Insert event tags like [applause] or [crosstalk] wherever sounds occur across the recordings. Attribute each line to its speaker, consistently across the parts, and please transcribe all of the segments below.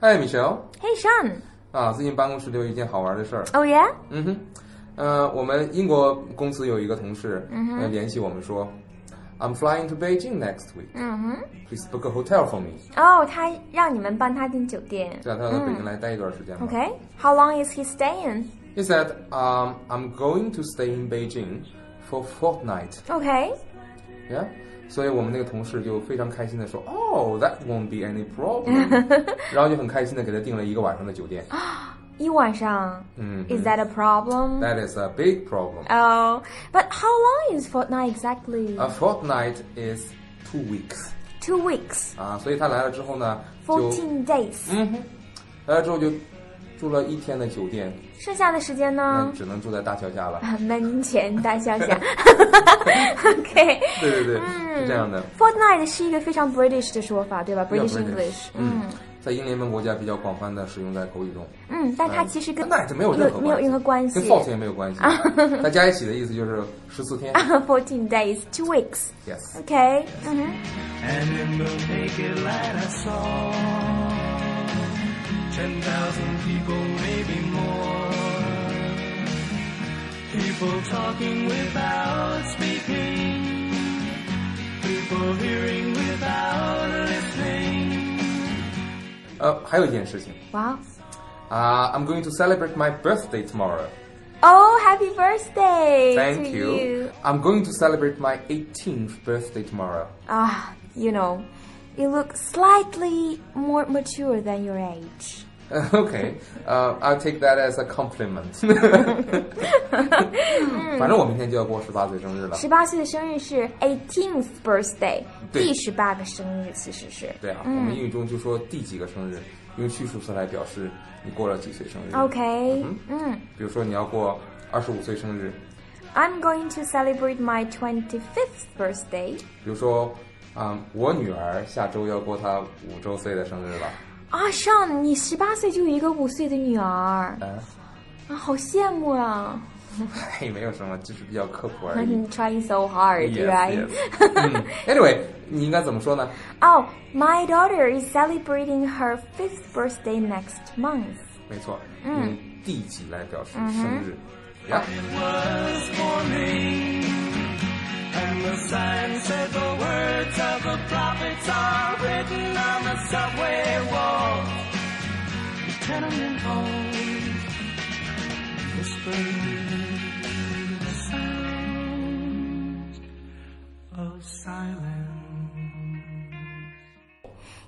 Speaker 1: 嗨，Michelle，
Speaker 2: Hey, Sean.
Speaker 1: 啊，最近办公室里有一件好玩的事儿。
Speaker 2: Oh, yeah?
Speaker 1: 嗯哼，呃，我们英国公司有一个同事，嗯、呃，联系我们说，I'm flying to Beijing next week.
Speaker 2: 嗯哼。
Speaker 1: Please book a hotel for me.
Speaker 2: 哦，他让你们帮他订酒店。
Speaker 1: 对啊，他要在北京来待一段时间嘛。
Speaker 2: Okay. How long is he staying?
Speaker 1: He said, um, I'm going to stay in Beijing for fortnight.
Speaker 2: Okay.
Speaker 1: Yeah. 所以我们那个同事就非常开心的说，Oh, that won't be any problem. 然后就很开心的给他订了一个晚上的酒店。
Speaker 2: 一晚上。 [laughs]
Speaker 1: 嗯
Speaker 2: Is that a problem?
Speaker 1: That is a big problem.
Speaker 2: Oh, but how long is fortnight exactly?
Speaker 1: A fortnight is two weeks.
Speaker 2: Two weeks.
Speaker 1: 啊，所以他来了之后呢，就
Speaker 2: 14 days.
Speaker 1: 嗯哼，来了之后就住了一天的酒店，
Speaker 2: 剩下的时间
Speaker 1: 那
Speaker 2: 呢？
Speaker 1: 只能住在大桥下了。
Speaker 2: 门前大笑
Speaker 1: [laughs]
Speaker 2: 笑。OK.
Speaker 1: 对对对，
Speaker 2: 嗯
Speaker 1: 是这样的。
Speaker 2: Fortnight 是一个非常 British 的说法，对吧
Speaker 1: 比较
Speaker 2: ？British
Speaker 1: British
Speaker 2: English。
Speaker 1: 嗯，在英联邦国家比较广泛的使用在口语中，
Speaker 2: 嗯，但它其实跟
Speaker 1: 跟 night 没有任何
Speaker 2: 没有任何关系啊
Speaker 1: 跟 fault 也没有关系，它加一起的意思就是十四天。
Speaker 2: [laughs] Fourteen days, two weeks.
Speaker 1: Yes，
Speaker 2: Okay. 嗯哼。
Speaker 3: And in the naked light I saw 10,000 people, maybe more. People talking without speaking. People hearing without listening.
Speaker 1: 呃，还有一件事情
Speaker 2: 哇
Speaker 1: 啊、i m going to celebrate my birthday tomorrow.
Speaker 2: 哦，Happy Oh, birthday
Speaker 1: Thank
Speaker 2: to
Speaker 1: you.
Speaker 2: you.
Speaker 1: I'm going to celebrate my 18th birthday tomorrow.
Speaker 2: 啊，you Ah, know, you look slightly more mature than your age.
Speaker 1: [laughs] Okay, uh, I'll take that as a
Speaker 2: [laughs]
Speaker 1: compliment. [laughs] 反正我明天就要过十八岁生日了。
Speaker 2: 嗯十八岁的生日是 eighteenth birthday，
Speaker 1: 对
Speaker 2: 第十八个生日其实是。
Speaker 1: 对啊，我们英语中就说第几个生日，用序数词来表示你过了几岁生日。
Speaker 2: OK，嗯
Speaker 1: Mm-hmm. 比如说你要过二十五岁生日，
Speaker 2: ，I'm going to celebrate my twenty fifth birthday.
Speaker 1: 比如说，嗯，我女儿下周要过她五周岁的生日了。 [laughs]
Speaker 2: 啊，上你十八岁就有一个五岁的女儿啊，
Speaker 1: 嗯，
Speaker 2: 好羡慕啊！
Speaker 1: 嘿，没有什么，就是比较刻苦而
Speaker 2: [laughs]
Speaker 1: 已。
Speaker 2: I'm trying so hard,
Speaker 1: Yes,
Speaker 2: right?
Speaker 1: yes. 嗯，Anyway，你应该怎么说呢？
Speaker 2: Oh, my daughter is celebrating her fifth birthday next month.
Speaker 1: 没错，
Speaker 2: 嗯
Speaker 1: 用第几来表示生日。Yeah.
Speaker 3: It was morning. And the sign said the words of the prophets are written on the subway walls. The tenement halls whispering the sound of silence.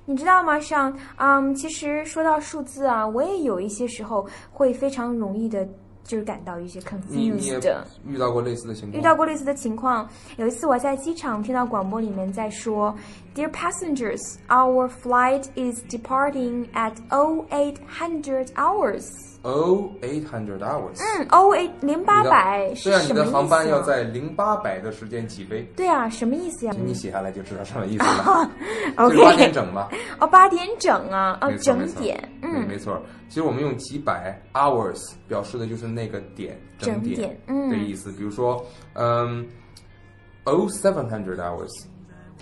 Speaker 2: 你知道吗，上，嗯，其实说到数字啊，我也有一些时候会非常容易的，就是感到一些
Speaker 1: 你嗯你也
Speaker 2: confused。
Speaker 1: 遇到过类似的情况？
Speaker 2: 遇到过类似的情况。有一次我在机场听到广播里面在说：“Dear passengers, our flight is departing at 0800 hours。
Speaker 1: Oh, eight hundred hours。”
Speaker 2: 嗯，08零八
Speaker 1: 你的
Speaker 2: 百是
Speaker 1: 对啊，
Speaker 2: 什
Speaker 1: 你
Speaker 2: 么
Speaker 1: 的
Speaker 2: 意思
Speaker 1: 航班要
Speaker 2: 啊
Speaker 1: 在零八百的时间起飞，
Speaker 2: 对啊，什么意思呀、
Speaker 1: 你写下来就知道什么意思
Speaker 2: [laughs]
Speaker 1: 了。就是八点
Speaker 2: 哦 OK，
Speaker 1: 整
Speaker 2: [laughs]
Speaker 1: 嘛，
Speaker 2: 哦，八点整啊，哦
Speaker 1: 没，错
Speaker 2: 整
Speaker 1: 没错
Speaker 2: 点，
Speaker 1: 对
Speaker 2: 嗯
Speaker 1: 没错。其实我们用几百 hours 表示的就是那个点
Speaker 2: 整点
Speaker 1: 点
Speaker 2: 嗯
Speaker 1: 的意思。比如说，嗯，oh seven hundred hours，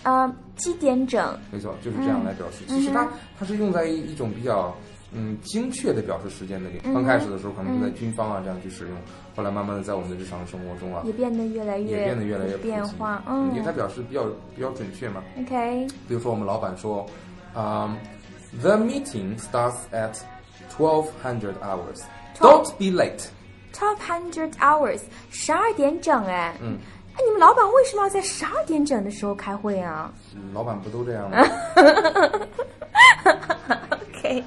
Speaker 2: 呃，七点整，
Speaker 1: 没错，就是这样来表
Speaker 2: 嗯
Speaker 1: 示。其实它它是用在一种比较嗯精确的表示时间的里。
Speaker 2: 嗯
Speaker 1: 刚开始的时候可能是在军方啊这样去使用，后来慢慢的在我们的日常生活中啊
Speaker 2: 也变得越来越
Speaker 1: 也变得越来越
Speaker 2: 有
Speaker 1: 普及
Speaker 2: 变化，
Speaker 1: 因为它
Speaker 2: 嗯
Speaker 1: 表示比较比较准确嘛。
Speaker 2: ，OK，
Speaker 1: 比如说我们老板说，嗯、t h e meeting starts at twelve hundred hours. Don't be late.
Speaker 2: twelve hundred hours，十二点整，哎，
Speaker 1: 嗯，
Speaker 2: 哎，你们老板为什么要在十二点整的时候开会啊
Speaker 1: 老板不都这样
Speaker 2: [laughs]
Speaker 1: 吗？
Speaker 2: ？OK，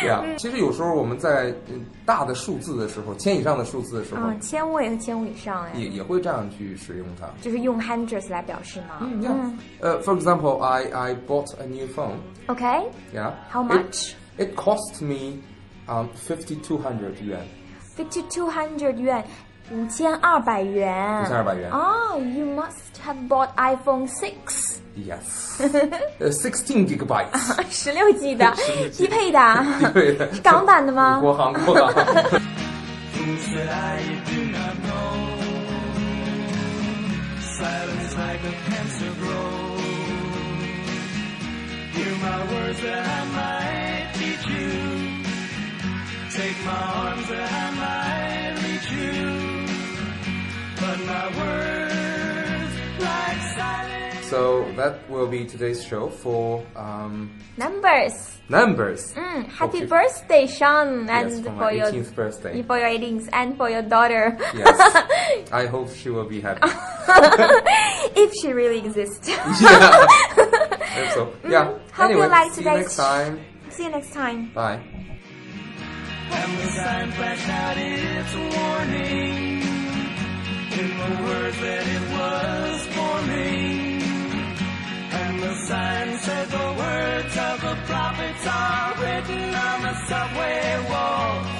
Speaker 1: 对啊。其实有时候我们在嗯大的数字的时候，千以上的数字的时候，
Speaker 2: 啊，千位和千位以上，哎
Speaker 1: 也，也会这样去使用它。
Speaker 2: 就是用 hundreds 来表示嘛，
Speaker 1: Yeah. 呃、f o r example, I I bought a new phone.
Speaker 2: ，OK，how
Speaker 1: Yeah. It,
Speaker 2: much？
Speaker 1: it cost me um fifty two hundred yuan.
Speaker 2: Fifty two hundred 元，五千二百元。
Speaker 1: 5200元
Speaker 2: 哦、y o u must have bought iPhone six， [laughs]
Speaker 1: Yes. 呃，sixteen gigabytes.
Speaker 2: 十六 G 的
Speaker 1: 16G
Speaker 2: 低配的啊，
Speaker 1: [laughs]
Speaker 2: [laughs]
Speaker 1: 对的。
Speaker 2: 是港版的吗？
Speaker 1: 国行，国行。
Speaker 2: [laughs]
Speaker 3: Things that I do not know. Silence like a cancer grows. Hear my words that I might teach you. words like silent.
Speaker 1: [laughs] So that will be today's show for um,
Speaker 2: Numbers.
Speaker 1: [laughs] numbers.
Speaker 2: Mm, happy
Speaker 1: Okay.
Speaker 2: birthday, Sean, and
Speaker 1: Yes, for
Speaker 2: for
Speaker 1: my
Speaker 2: your
Speaker 1: 18th birthday.
Speaker 2: for your 18th and for your daughter.
Speaker 1: Yes. I hope she will be happy.
Speaker 2: [laughs]
Speaker 1: [laughs]
Speaker 2: if she really exists. [laughs]
Speaker 1: yeah. I hope so. Yeah.
Speaker 2: Mm-hmm. Hope you
Speaker 1: anyway,
Speaker 2: like
Speaker 1: see you
Speaker 2: today's
Speaker 1: next time.
Speaker 2: See you next time.
Speaker 1: Bye.
Speaker 3: And the sign flashed out its warning in the words that it was forming. And the sign said the words of the prophets are written on the subway walls,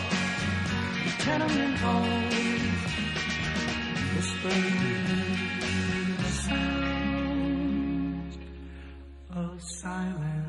Speaker 3: the tenement halls, whispering the sound of silence.